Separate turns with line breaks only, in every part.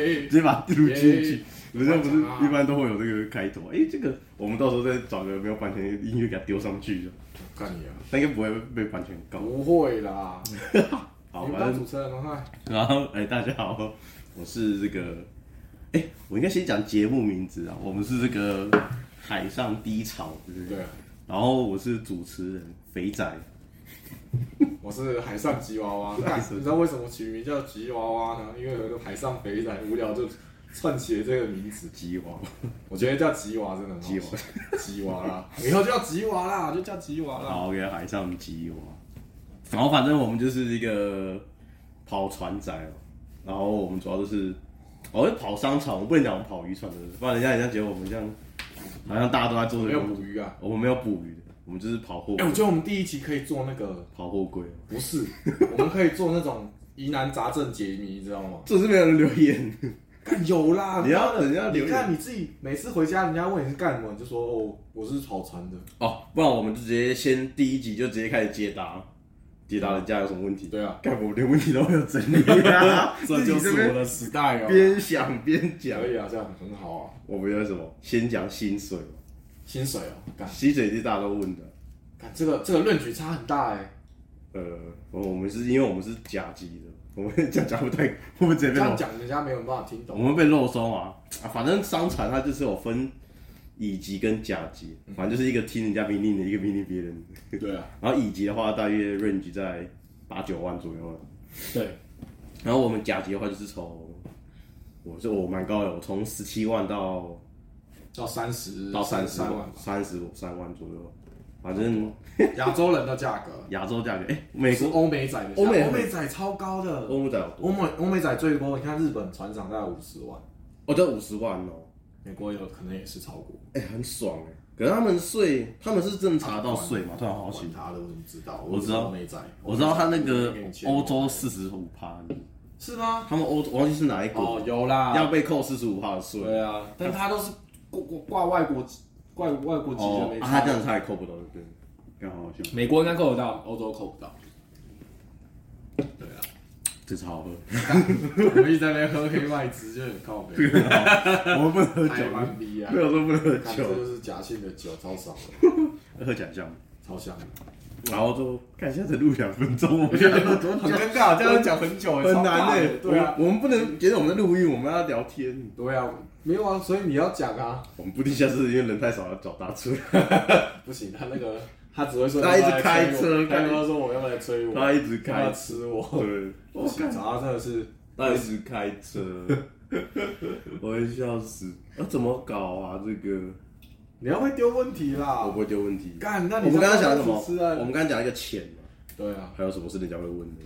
耶
直接把它录进去
耶。
不是不是
哇，
一般都会有这个开头。哎、这个我们到时候再找个没有版权的音乐给它丢上去的，
干你啊！
但应该不会被版权告。
不会啦，
嗯好，
你们
反
当主
正
持人哦了哈。
然后哎、大家好，我是这个，哎、我应该先讲节目名字啊。我们是这个海上低潮，对不对？
对，
然后我是主持人肥仔，
我是海上吉娃 娃。干，你知道为什么取名叫吉娃娃呢？因为有一个海上肥仔无聊就串起了这个名字。
吉娃娃。
我觉得叫吉娃真的很好
吉娃 哦
笑吉娃啦，以后就叫吉娃啦，就叫吉娃啦。
好，给海上吉娃。然后反正我们就是一个跑船仔哦，然后我们主要就是，我、哦、会跑商场，我不能讲我们跑渔船的，不然人家人家觉得我们这样，好哦像大家都在做
没
这
有
个
捕
工作。
鱼啊。
我们没有捕鱼的，我们就是跑货
哎、，我觉得我们第一集可以做那个，
跑货柜。
不 是，我们可以做那种疑难杂症解谜，你知道吗？
这是没有人留言，
干有啦，
你要人家留言
你看你自己每次回家，人家问你是干什么，你就说哦，我是跑船的。
哦，不然我们就直接先第一集就直接开始解答，解答人家有什么问题。
对啊，
看我们连问题都没有整理啊，
这就是
自己边
我的时代哦。
边想边讲
可。以啊，这样很好啊。
我们要什么？先讲薪水嘛
薪水哦，干
薪水是大家都问的。
干这个这个论据差很大哎、
呃，我我们是因为我们是甲级的，我们讲讲不太，我们直接
这
被
样
漏，
讲人家没有办法听
我
懂。
们被漏收啊啊！反正商场它就是有分乙级跟甲级，反正就是一个听人家命令的，一个命令别人的。
对啊，
然后乙级的话，大约 range 在八九万左右了。啊
对，
然后我们甲级的话，就是从我是我蛮高的，我从十七万到
到三十
到三十
三万
万，三十三万左右，反正
吧，亚洲人的价格，
亚洲价格，哎、美
是
国
欧美仔的价格，
欧美
欧美仔超高的，
欧姆仔有多
欧美欧美仔最多，你看日本船长大概五十万，
哦，这五十万哦，
美国有可能也是超过。
哎、很爽哎、可是他们税，他们是正查到税嘛？突啊然好
管
奇，
他的，我怎么知道？
我知道
欧美仔，
我知道他那个欧洲四
是
十五趴，
是吗？
他们欧我忘记是哪一国、
哦，有啦，
要被扣四十五趴的税。
对啊，但他都是挂挂外国籍挂外国籍就
哦
没，
啊，
差
他这样他也扣不到，对，刚好好笑，
美国应该够得到，
欧洲扣不到。对啊，
这是好喝，
我们一直在那边喝黑麦汁就很靠 北，
我们不能喝
台
酒，
湾逼啊
没！有说不能喝
看这
酒，
就是假性的酒，超少的，
喝假象。
超香 的。
然后就看现在才录两分钟，我们要聊多
很
久？
尴尬，这样讲很久，
很
超尬
难
的
呢。
对啊，
我我们不能觉得我们在录音，我们要聊天。
对啊，没有啊，所以你要讲啊，
我们不定下次因为人太少要找大车，
不行，他那个他只会说
他一直
要不要来
开
催
车
我他要说我要不要来催我，
他一直
要不要
开，
吃我，
对，
我警察真的是
他一直开车， 我会笑死。啊，怎么搞啊？这个
你要会丢问题
我
啦
不。会丢问题。
干，那
我
你
们刚刚讲
的
了什么？我
啊？
们刚刚讲了一个钱嘛，
对啊，
还有什么是人家会问的？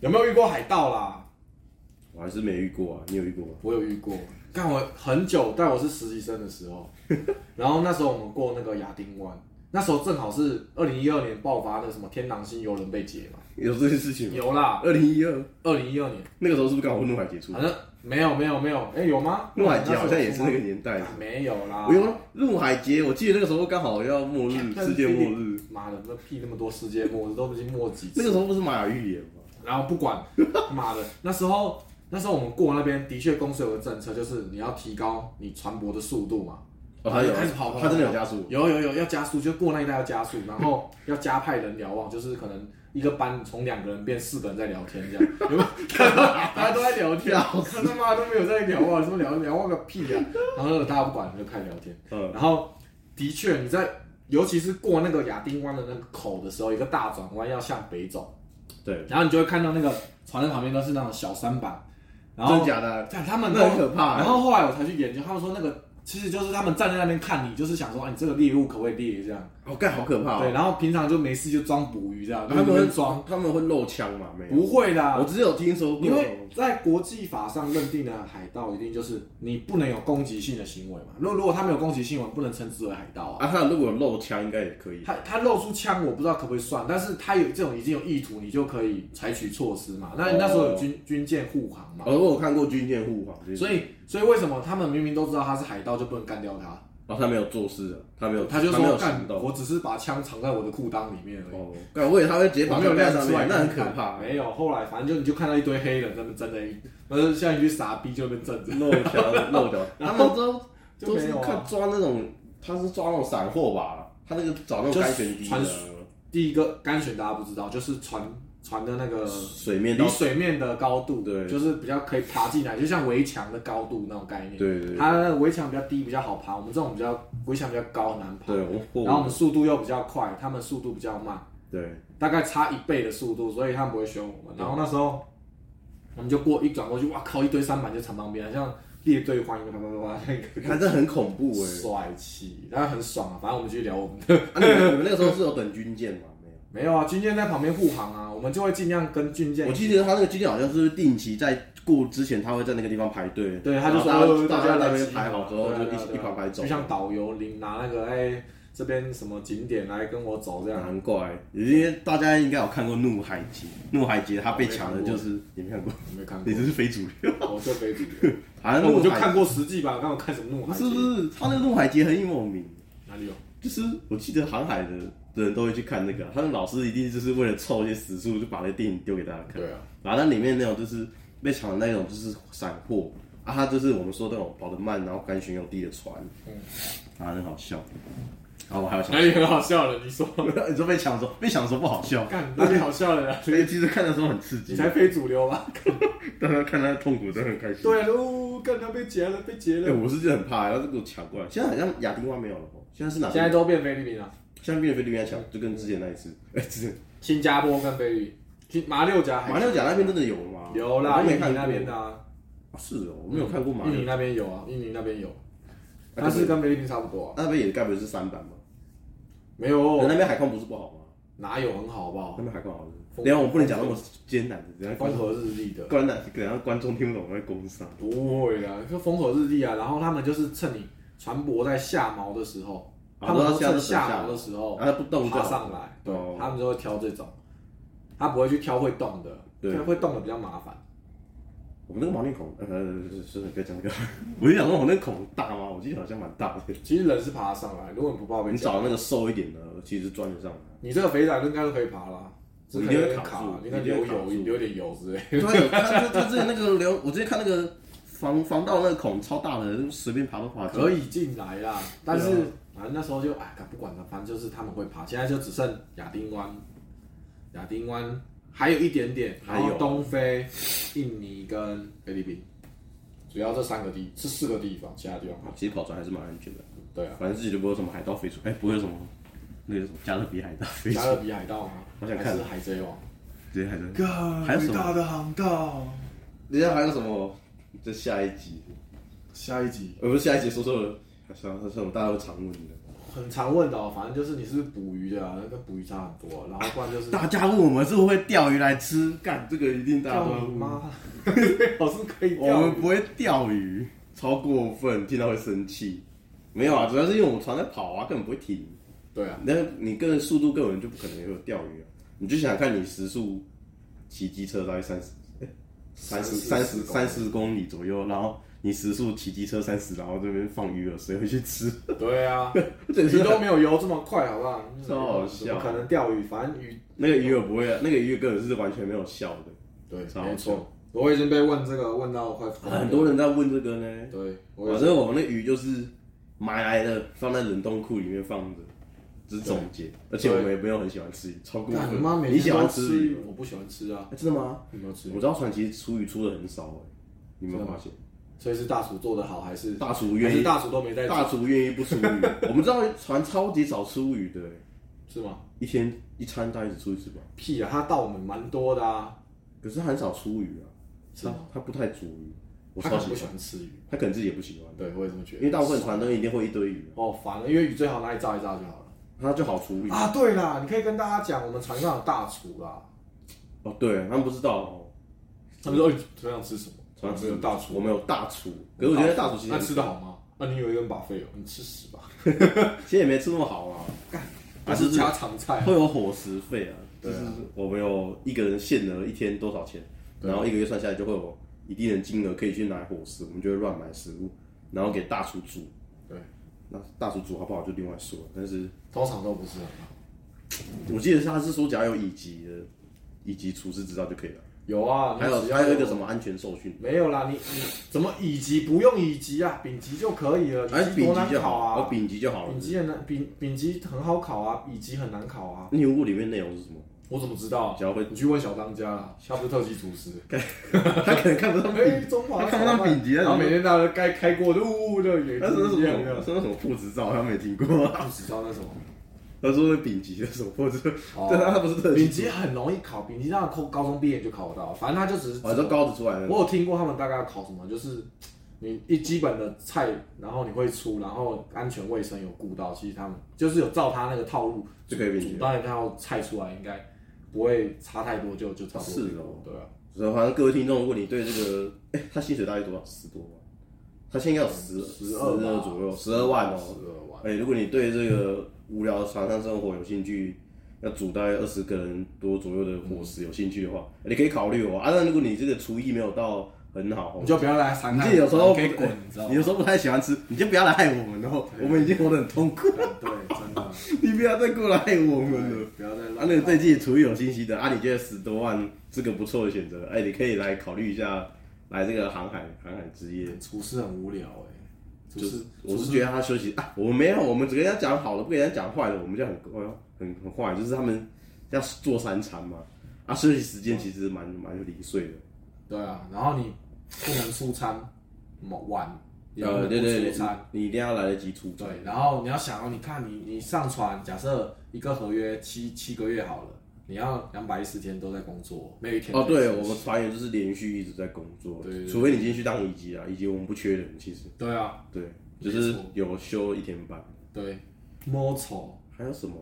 有没有遇过海盗啦？
我还是没遇过啊，你有遇过吗？
我有遇过，干我很久，但我是实习生的 时候，然后那时候我们过那个亚丁湾，那时候正好是二零一二年爆发那个什么天狼星游轮被劫嘛，
有这件事情吗？
有啦，
二零一二
二零一二年，
那个时候是不是刚好怒海结束
反？正没有没有没有，哎、有吗？
怒海节好像也是那个
个
年代的。
没有啦，
我用怒海节，我记得那个时候刚好要末日，
但
世
是
界末日。
妈的，那屁那么多世界末日都已经末几次
那个时候不是玛雅预言吗？
然后不 管，妈的，那时候那时候我们过那边的确公司有个政策，就是你要提高你船舶的速度嘛。
哦，他有
啊开始跑，跑
他真的有加速。
有有有要加速，就过那一带要加速，然后要加派人瞭望，就是可能一个班从两个人变四个人在聊天这样，有没有？ 大家都在聊天，看他妈都没有在聊啊，说聊聊望个屁啊！然后大家不管，就开始聊天。
嗯，
然后的确你在，尤其是过那个亚丁湾的那个口的时候，有一个大转弯要向北走。
对，
然后你就会看到那个船的旁边都是那种小舢板，然后
真假的，
看他们都
那很可怕。啊
然后后来我才去研究，他们说那个其实就是他们站在那边看你，就是想说，哎，你这个猎物可不可以猎这样？
哦，干好可怕、
对，
哦！
然后平常就没事就装捕鱼这样，
他们
就在那
会
边装，
他们会漏枪嘛？嗯没有，
不会
我
啦，
只有听说过。
哦因为在国际法上认定的海盗一定就是你不能有攻击性的行为嘛。如果如果他没有攻击性，我们不能称之为海盗啊。
啊，他如果有漏枪，应该也可以。
他他露出枪，我不知道可不可以算，但是他有这种已经有意图，你就可以采取措施嘛。那你那时候有军、军舰护航嘛？
哦哦，我有看过军舰护航，
所
以
以，所以为什么他们明明都知道他是海盗，就不能干掉他？
哦然后他没有做事啊，他没有，
他就
没有
说干
行，动。
我只是把枪藏在我的裤裆里面而已。
哦，干，我以为他会直接把
我没有
盖
亮
上
出来，
面，那很可怕。
没有，后来反正就你就看到一堆黑人在那边站在那里，但是像一句傻逼就在那边站着。
漏条漏 条，他们都
就
都
没
是
有啊
看抓那种，他是抓那种散货吧？他那个找那种
就是
干旋低的
传第一个干选大家不知道，就是船船的那个
水面到
离，水面的高度，
对
就是比较可以爬进来，就像围墙的高度那种概念。
对对对
它的围墙比较低，比较好爬。我们这种比较围墙比较高，很难爬。
对，我
然后我们速度又比较快，他们速度比较慢，
对
大概差一倍的速度，所以他们不会选我们。然后那时候我们就过一转过去，哇靠，一堆三板就藏旁边了，像列队欢迎，啪啪啪啪，那个
看这很恐怖哎、
帅气，然后很爽啊。反正我们继续聊我们的。
啊，你们你们那个时候是有等军舰吗？没有。
没有啊，军舰在旁边护航啊，我们就会尽量跟军舰
我记得他那个军舰好像是定期在过之前，他会在那个地方排队。
对，他就
然后
说
大家大家在
来
那边排好之后，就
对啊对啊
一一排排走
就。像导游领拿那个哎这边什么景点来跟我走这样。
难怪，因为大家应该有看过《怒海劫》，《怒海劫》他被抢的就是你没看过，
我没看过
你，这是非主 流。
我就非主流，
好像
那我
怒
就
海
看过实际吧，刚我看什么怒
不
海
是
劫？
不是，他那个《怒海劫》很有名，
哪里有？
就是我记得航海的人都会去看那个，他们老师一定就是为了凑一些时数，就把那个电影丢给大家看。
对啊，
然后那里面那种就是被抢的那种就是散货啊，他就是我们说那种跑得慢，然后干巡又低的船，
嗯
啊，很好笑。然后我还有想
哪，里很好笑了？你说，
你说被 抢的时候，被抢的时候不好笑，
干哪里好笑了啦？
所以其实看的时候很刺
你
激，
才非主流吧？
但是看他痛苦真的很开心。
对喽，
哦
干他被劫了，被劫
哎、
了。
我是真的很怕，要是给我抢过来。现在好像亚丁湾没有了哦，现在是哪？
现在嗯都变菲律宾了，
现在变成菲律宾在抢，就跟之前那一次。哎、之前
新加坡跟菲律宾，马六甲还
马六甲那边真的有吗？
有啦，
我都
印
没
尼
看过
那边的啊，
啊是哦，我没有看过马
印尼
六甲，
那边有啊，印尼那边有，
但
但
是
嗯是跟菲律宾差不多啊。
那边也该不会是三板吧？
没有
可，那边海况不是不好吗？
哪有很好好不好
那？边海况好是。
风
等一下我不能讲那么艰难的，等一下观
风和日丽的，
观难，等一下观众听不懂我在攻杀。
不会啦，就风和日丽啊。然后他们就是趁你船舶在下锚的时候，
啊
他们都
都要
趁
下
下锚的时候
然啊后不动就
爬
好
上来，对
哦，
他们就会挑这种，他不会去挑会动的，
对
挑会动的比较麻烦。
我们那个毛面孔，呃，是是，不要讲这个。我就想说，我那个孔大吗？我记得好像蛮大的。
其实人是爬得上来，如果你不怕被
你
夹，
找那个瘦一点的，其实钻得上来。
你这个肥仔应该都可以爬啦。
我
只
一定
是可能
会
有点
卡
卡
住，
你看
一定
流
会卡
油，
住
流点油之类的。
对，啊他他他之前那个流，我之前看那个防防盗那个孔超大的，随便爬都爬进去。
可以进来啦，但是
对
反正那时候就哎，不管了，反正就是他们会爬。现在就只剩亚丁湾，亚丁湾还有一点点，
还有
然后东非、印尼跟菲律宾，主要这三个地是四个地方，其他地方
其实跑船还是蛮安全的，
对啊，
反正自己就不会有什么海盗飞船，哎、不会有什么那个什么加勒比海盗飞
加
船，
勒比海盗吗？
我想看
还是海贼王？
直接海盗。
哥
还有什么
的航道。
人家还有什么？这下一集，
下一集
呃，不是下一集说错了，像像什么大家都常问的，
很常问的哦，反正就是你是不是捕鱼的、啊，那跟捕鱼差很多、然后不然就是
大家问我们是不是会钓鱼来吃，干这个一定大家
钓
都
鱼
会问。
吗？最好是可以
我
钓
们
鱼。
不会钓鱼，超过分，听到会生气。没有啊，主要是因为我们船在跑啊，根本不会停。
对啊，
那你个人速度根本就不可能会有钓鱼啊！你就想看你时速骑机车大概三十、三十、三十、三十公里左右，然后你时速骑机车三十，然后这边放鱼饵，谁会去吃？
对啊，
这
鱼都没有游这么快，好不好？
超好笑
怎么可能钓鱼，反正鱼
那个鱼饵不会，啊那个鱼饵根本是完全没有效的。
对，
超好笑
没错。我已经被问这个问到快疯了
很多人在问这个呢。
对，我也
反
是
正我们的鱼就是买来的，放在冷冻库里面放着，这是总结。而且我们也没有很喜欢吃鱼，超过
干你
分
妈。每
你喜
天都
欢吃
吃
鱼
鱼？？我不喜欢吃啊，
哎真的吗？
有没有吃
我？知道船其实出鱼出的很少哎、你有没有发现？
所以是大厨做的好，还是
大厨
还
愿
是
意，
大厨都没在
大厨愿意不 出鱼。我们知道船超级少出鱼的、
是吗？
一天一餐大概只出一次吧。
屁啊，他到我们蛮多的啊，
可是他很少出鱼啊，
是
他
吗？
他不太煮鱼，我
他
超
可
喜
能不
欢，
喜欢吃鱼，
他可能自己也不喜欢，
对，我也这么觉
因
得
为。大部分船都一定会一堆鱼，
哦，烦了，因为鱼最好拿来炸一炸就好了。
他就好出鱼。
啊，对啦，你可以跟大家讲，我们船上有大厨啦。
哦，对他们不知道哦，
他们说，哎，船上吃什么？
船
上有大厨
我。们有大厨，可是我觉得大厨其实
那吃的好吗？那你有一个人把费哦，你吃屎吧，
其实也没吃那么好啊，
还是家常菜？
会有伙食费啊，就
对啊
是我们有一个人限额一天多少钱，
对啊
然后一个月算下来就会有一定的金额可以去拿伙食，我们就会乱买食物，然后给大厨煮。
对，
那大叔煮好不好就另外说，但是
通常都不是很啊好。
我记得是他是说只要有乙级的乙级厨师执照就可以了，
有啊，你
还有
只要
还有一个什么安全受训，
没有啦，你你怎么乙级不用乙级啊？丙级就可以了，
哎，
乙级
丙
多
级
难
就
考
好，哦，
啊！
丙级就好了
丙。级很难，丙丙级很好考啊，乙级很难考啊。
你问过里面内容是什么？
我怎么知道？
只要会，
你去问小当家啦，他不是特级厨师。
他可能看不到
哎，中华
他看不到丙级啊
然后每天大家该开过的呜呜的也
他说
是
什
一样
么？
的。
说什么副执照？他没听过。
不知道那什么，
他说是丙级的什么副执照？
哦
对啊，他不是特
丙
级。
级很容易考，丙级那高高中毕业就考得到，反正他就只是。
哦我说高子出 来了，
我有听过他们大概要考什么，就是你一基本的菜，然后你会出，然后安全卫生有顾到，其实他们就是有照他那个套路
就可以丙
煮
级。
到一道菜出来，应该不会差太多，就就差不多。
是哦，
对啊，
所以，反正各位听众，如果你对这个，哎、他薪水大约多少？十多万？他现在应该有十
十
二
二
左右，十二万哦。
十二万。
哎、如果你对这个无聊的床上生活有兴趣，要煮大概二十个人多左右的伙食有兴趣的话，你可以考虑哦。啊，那如果你这个厨艺没有到很好哦
你，就不要来伤
你
害
就
我，
有时候
可以滚你知道吗
有时候不太喜欢吃，你就不要来害我们哦。我们已经活得很痛苦，
对，真的，
你不要再过来害 我们了
对。不要再
啊，那
乱。
个对自己厨艺有信心的啊，你觉得十多万是个不错的选择，哎、你可以来考虑一下，来这个航海航海之夜。
厨师很无聊哎，厨
就
师
是，我是觉得他休息啊，我们没有，我们只跟人家讲好的，不跟人家讲坏的，我们就很哎很很坏，就是他们要做三餐嘛，啊，休息时间其实蛮蛮零碎的，
对啊，然后你不能出餐，某晚也不
呃，
能
对对
不出
对
餐。，
你一定要来得及出
对，然后你要想哦，你看你你上传，假设一个合约七七个月好了，你要两百一十天都在工作，没有一天
哦，对，
可以
我
休息
们团员就是连续一直在工作，
对对对
除非你今天去当乙级啊，乙级我们不缺人，其实
对啊，
对，就是
没错哦
有休一天半，
对，摸丑，
还有什么？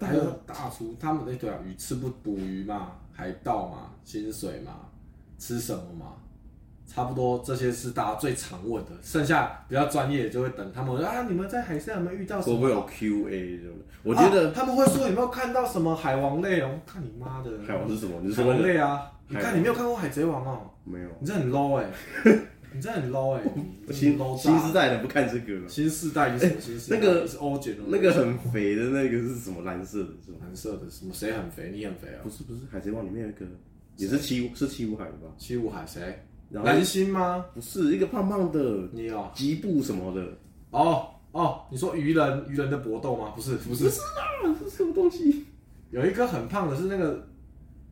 还有大厨他们那对啊，鱼吃不捕鱼嘛，海盗嘛，薪水嘛，吃什么嘛，差不多这些是大家最常问的，剩下比较专业的就会等他们我说啊，你们在海上有没有遇到什
会
么？
不会有 QA 这种的？我觉 得
啊他们会说有没有看到什么海王类哦？看你妈的，
海王是什么？你是
海
说
王
那个
类啊！你
海
看
王
你没有看过海贼王哦？
没有？
你这很 low 哎、 你这很 low 哎、你
新
你 low
新
炸
时代的不看这个了，
新世代你什么新世代？
那个
你是欧姐的
那个很肥的那个是什么蓝色的？是吗？
蓝色的什么？谁很肥？你很肥啊、
不是不是，海贼王里面有一个也是七是七武海的吧？
七武海谁？
然后
蓝心吗？
不是一个胖胖的
你哦
吉布什么的，
哦哦，你说鱼人鱼人的搏斗吗？不是不是，
啊，是什么东西？
有一个很胖的是那个，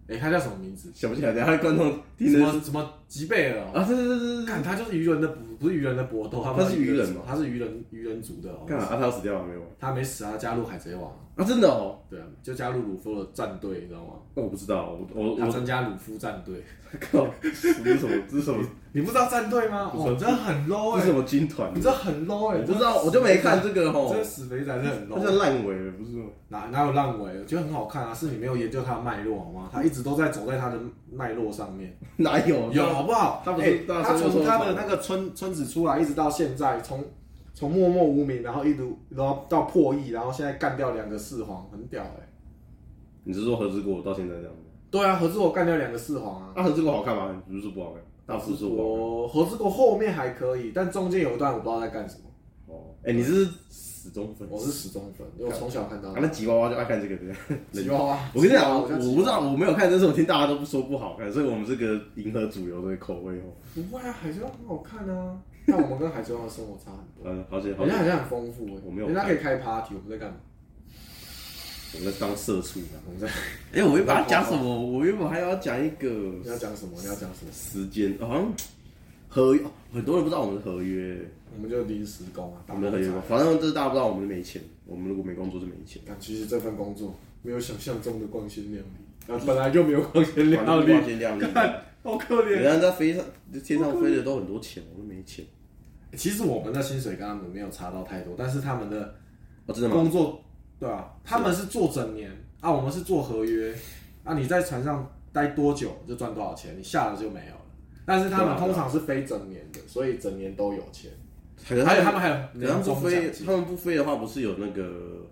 哎、他叫什么名字？
想不起来，等一下观众听
什
着
么什么吉贝尔、哦？
啊，对对对对对，
看他就是鱼人的捕，不是鱼人的搏斗，他不
他是鱼人吗
他是鱼人鱼人族的哦。
干啊，他要死掉了没有？
他没死啊，他加入海贼王，
啊，真的哦，
对啊，就加入鲁夫的战队，你知道吗？
哦我不知道，我我
他
我
参加鲁夫战队，
靠，这是什么？这是 什么？
你不知道战队吗？
不知道
哦，你真的很 low
这
哎、
是什么军团
你？这很 low 哎、
我不知道，我就没看这个
这
哦
个，死肥仔是很
他叫
low，
烂尾了，不是吗？
哪哪有烂尾？我觉得很好看啊，是你没有研究他的脉络好吗？他一直都在走在他的脉络上面，
哪有？
有好不好？
他不是
哎
大
哦他
声说
从
什么
他的那个村村子出来，一直到现在，从从默默无名，然后一路然后到破亿，然后现在干掉两个四皇，很屌哎、
你是说和之国到现在这样吗？
对啊，合之国干掉两个四皇啊。
啊，和之国好看吗？你不是不好看，大叔说不好
我合之国后面还可以，但中间有一段我不知道在干什么。
看。哦，哎、你是死忠粉，
我是始终粉，因为我从小看到
啊，那吉娃娃就爱看这个对不对？。
吉娃 娃
哎我跟你讲，我
吉娃娃
不知道，我没有看，但是我听大家都不说不好看，所以我们这个迎合主流的口味哦。
不会啊，海贼王很好看啊。但我们跟海贼王的生活差很
嗯，好险
多，
好
人家
险，
好像很丰富哎、
我没有
人家可以开 party，我们在干嘛？
我们在当社畜啊。
我们在
哎、我原本要讲什么？我原本还要讲一个
你要讲什么？你要讲什么？
时间，好像合约，很多人不知道我们的合约，
我们就临时工啊，
我
打
们的合约
工
嘛，反正就是大家不知道我们没钱，我们如果没工作就没钱。
但其实这份工作没有想象中的光鲜亮丽，啊，本来就没有光鲜
反正
亮
不光
丽，
鲜亮丽，
好可怜。
人家在飞上天上飞的都很多钱，我们没钱。
其实我们的薪水跟他们没有差到太多，但是他们的
哦，真的吗？
工作，对啊，他们是做整年啊，我们是做合约啊，你在船上待多久就赚多少钱，你下了就没有了。但是他
对
们
啊
通常是非整年的，所以整年都有钱。
可能
还有
他
他
们，
们还有
可能他
年
们不
终
飞
奖，金，
他们不飞的话，不是有那个，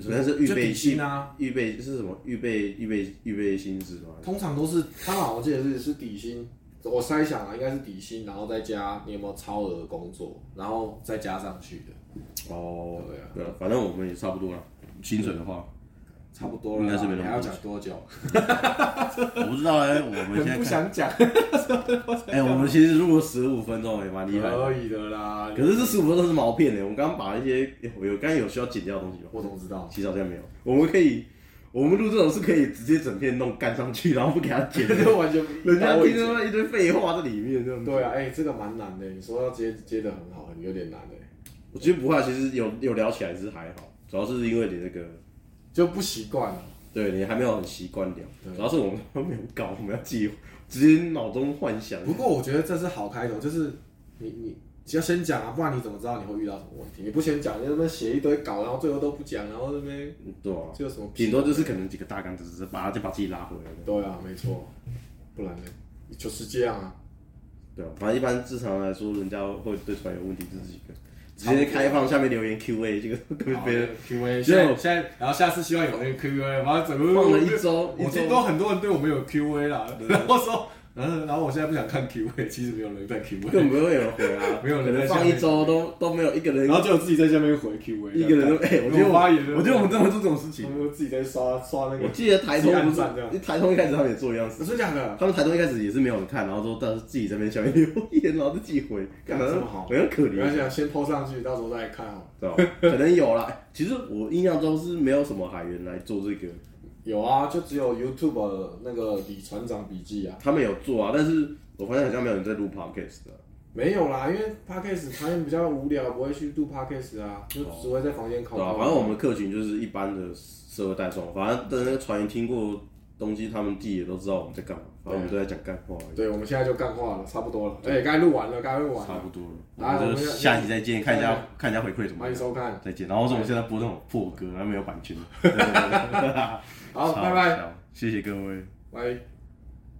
可能是预
就
备
底薪
薪，
啊，
预备是什么？预备预备预备薪资吗？
通常都是他们好像记得是是底薪我猜想啊，应该是底薪，然后再加你有没有超额工作，然后再加上去的，
哦
对啊，
对啊，反正我们也差不多了。薪水的话，
差不多了啦。
应该是没那么
你还要讲多久？
我不知道哎、我们现
很
在看，
不想讲，
哎、我们其实如果十五分钟也蛮厉害的，
可以的啦。
可是这十五分钟是毛片欸的、我们刚刚把一些有有刚刚有需要剪掉的东西吗？
我怎么知道？
其实好像没有，我们可以，我们录这种是可以直接整片弄干上去，然后不给他剪的，
这完全
人家听
到。
到一堆废话在里面这样子。
对啊，哎、这个蛮难的。你说要接接的很好，有点难的，
我觉得不怕，啊其实有有聊起来是还好，主要是因为你那个，
就不习惯了。
对你还没有很习惯聊，
对
主要是我们没有搞，我们要记，直接脑中幻想。
不过我觉得这是好开头，就是你你只要先讲啊，不然你怎么知道你会遇到什么问题？你不先讲，你在那边写一堆稿，然后最后都不讲，然后那边
对啊，
就有什么屁
顶多就是可能几个大纲，只是把就把自己拉回来。
对啊，没错，不然呢就是这样啊。
对啊，反正一般正常来说，人家会对出来有问题就是几个，直接开放下面留言 Q&A，这个根本
好
别人
Q&A，
就
现在现在，然后下次希望有那个 Q&A，然后整个
放了一周，一
我听
周
到很多人对我们有 Q&A 啦，然后说，嗯，然后我现在不想看 Q&A，其实没有人在 Q&A，
根本不会有人回啊，
没有人
可能
在下
放
面
一周都都没有一个人
然，后就有自己在下面回 Q&A，
一个人都哎，我觉得我
发言了，
我觉得我们真的做这种事情
他。们都自己在刷刷那
我
个，
记得台通不
嗯自己按赞这样
是，台通一开始他们也做一样事，啊
真的假的？
他们台通一开始也是没有人看，然后都但是自己在那边下面留言，然后就自己回，
干
感
这
觉
么好
好像可
没关系
怜，
啊，先 PO 上去，到时候再来看好了。
对吧？ 可能有啦。其实我印象中是没有什么海员来做这个，
有啊，就只有 YouTube 那个李船长笔记啊，
他们有做啊，但是我发现好像没有人在录 podcast 的。
没有啦，因为 Podcast 他们比较无聊，不会去录 Podcast 啊，就只会在房间考。
对啊，反正我们的客群就是一般的社会大众，反正的那个传言听过东西，他们自己也都知道我们在干嘛，反正我们都在讲干话而已，
对，我们现在就干话了，差不多了。哎，该录完了，该录完
差
了，
不多了。
来
我们就
我们要
下期再见，看一下看一下回馈怎么
欢
样。
迎收看，
再见。然后我们现在播那种破歌，然后没有版权。
好，拜拜，
拜，谢谢各位。
拜。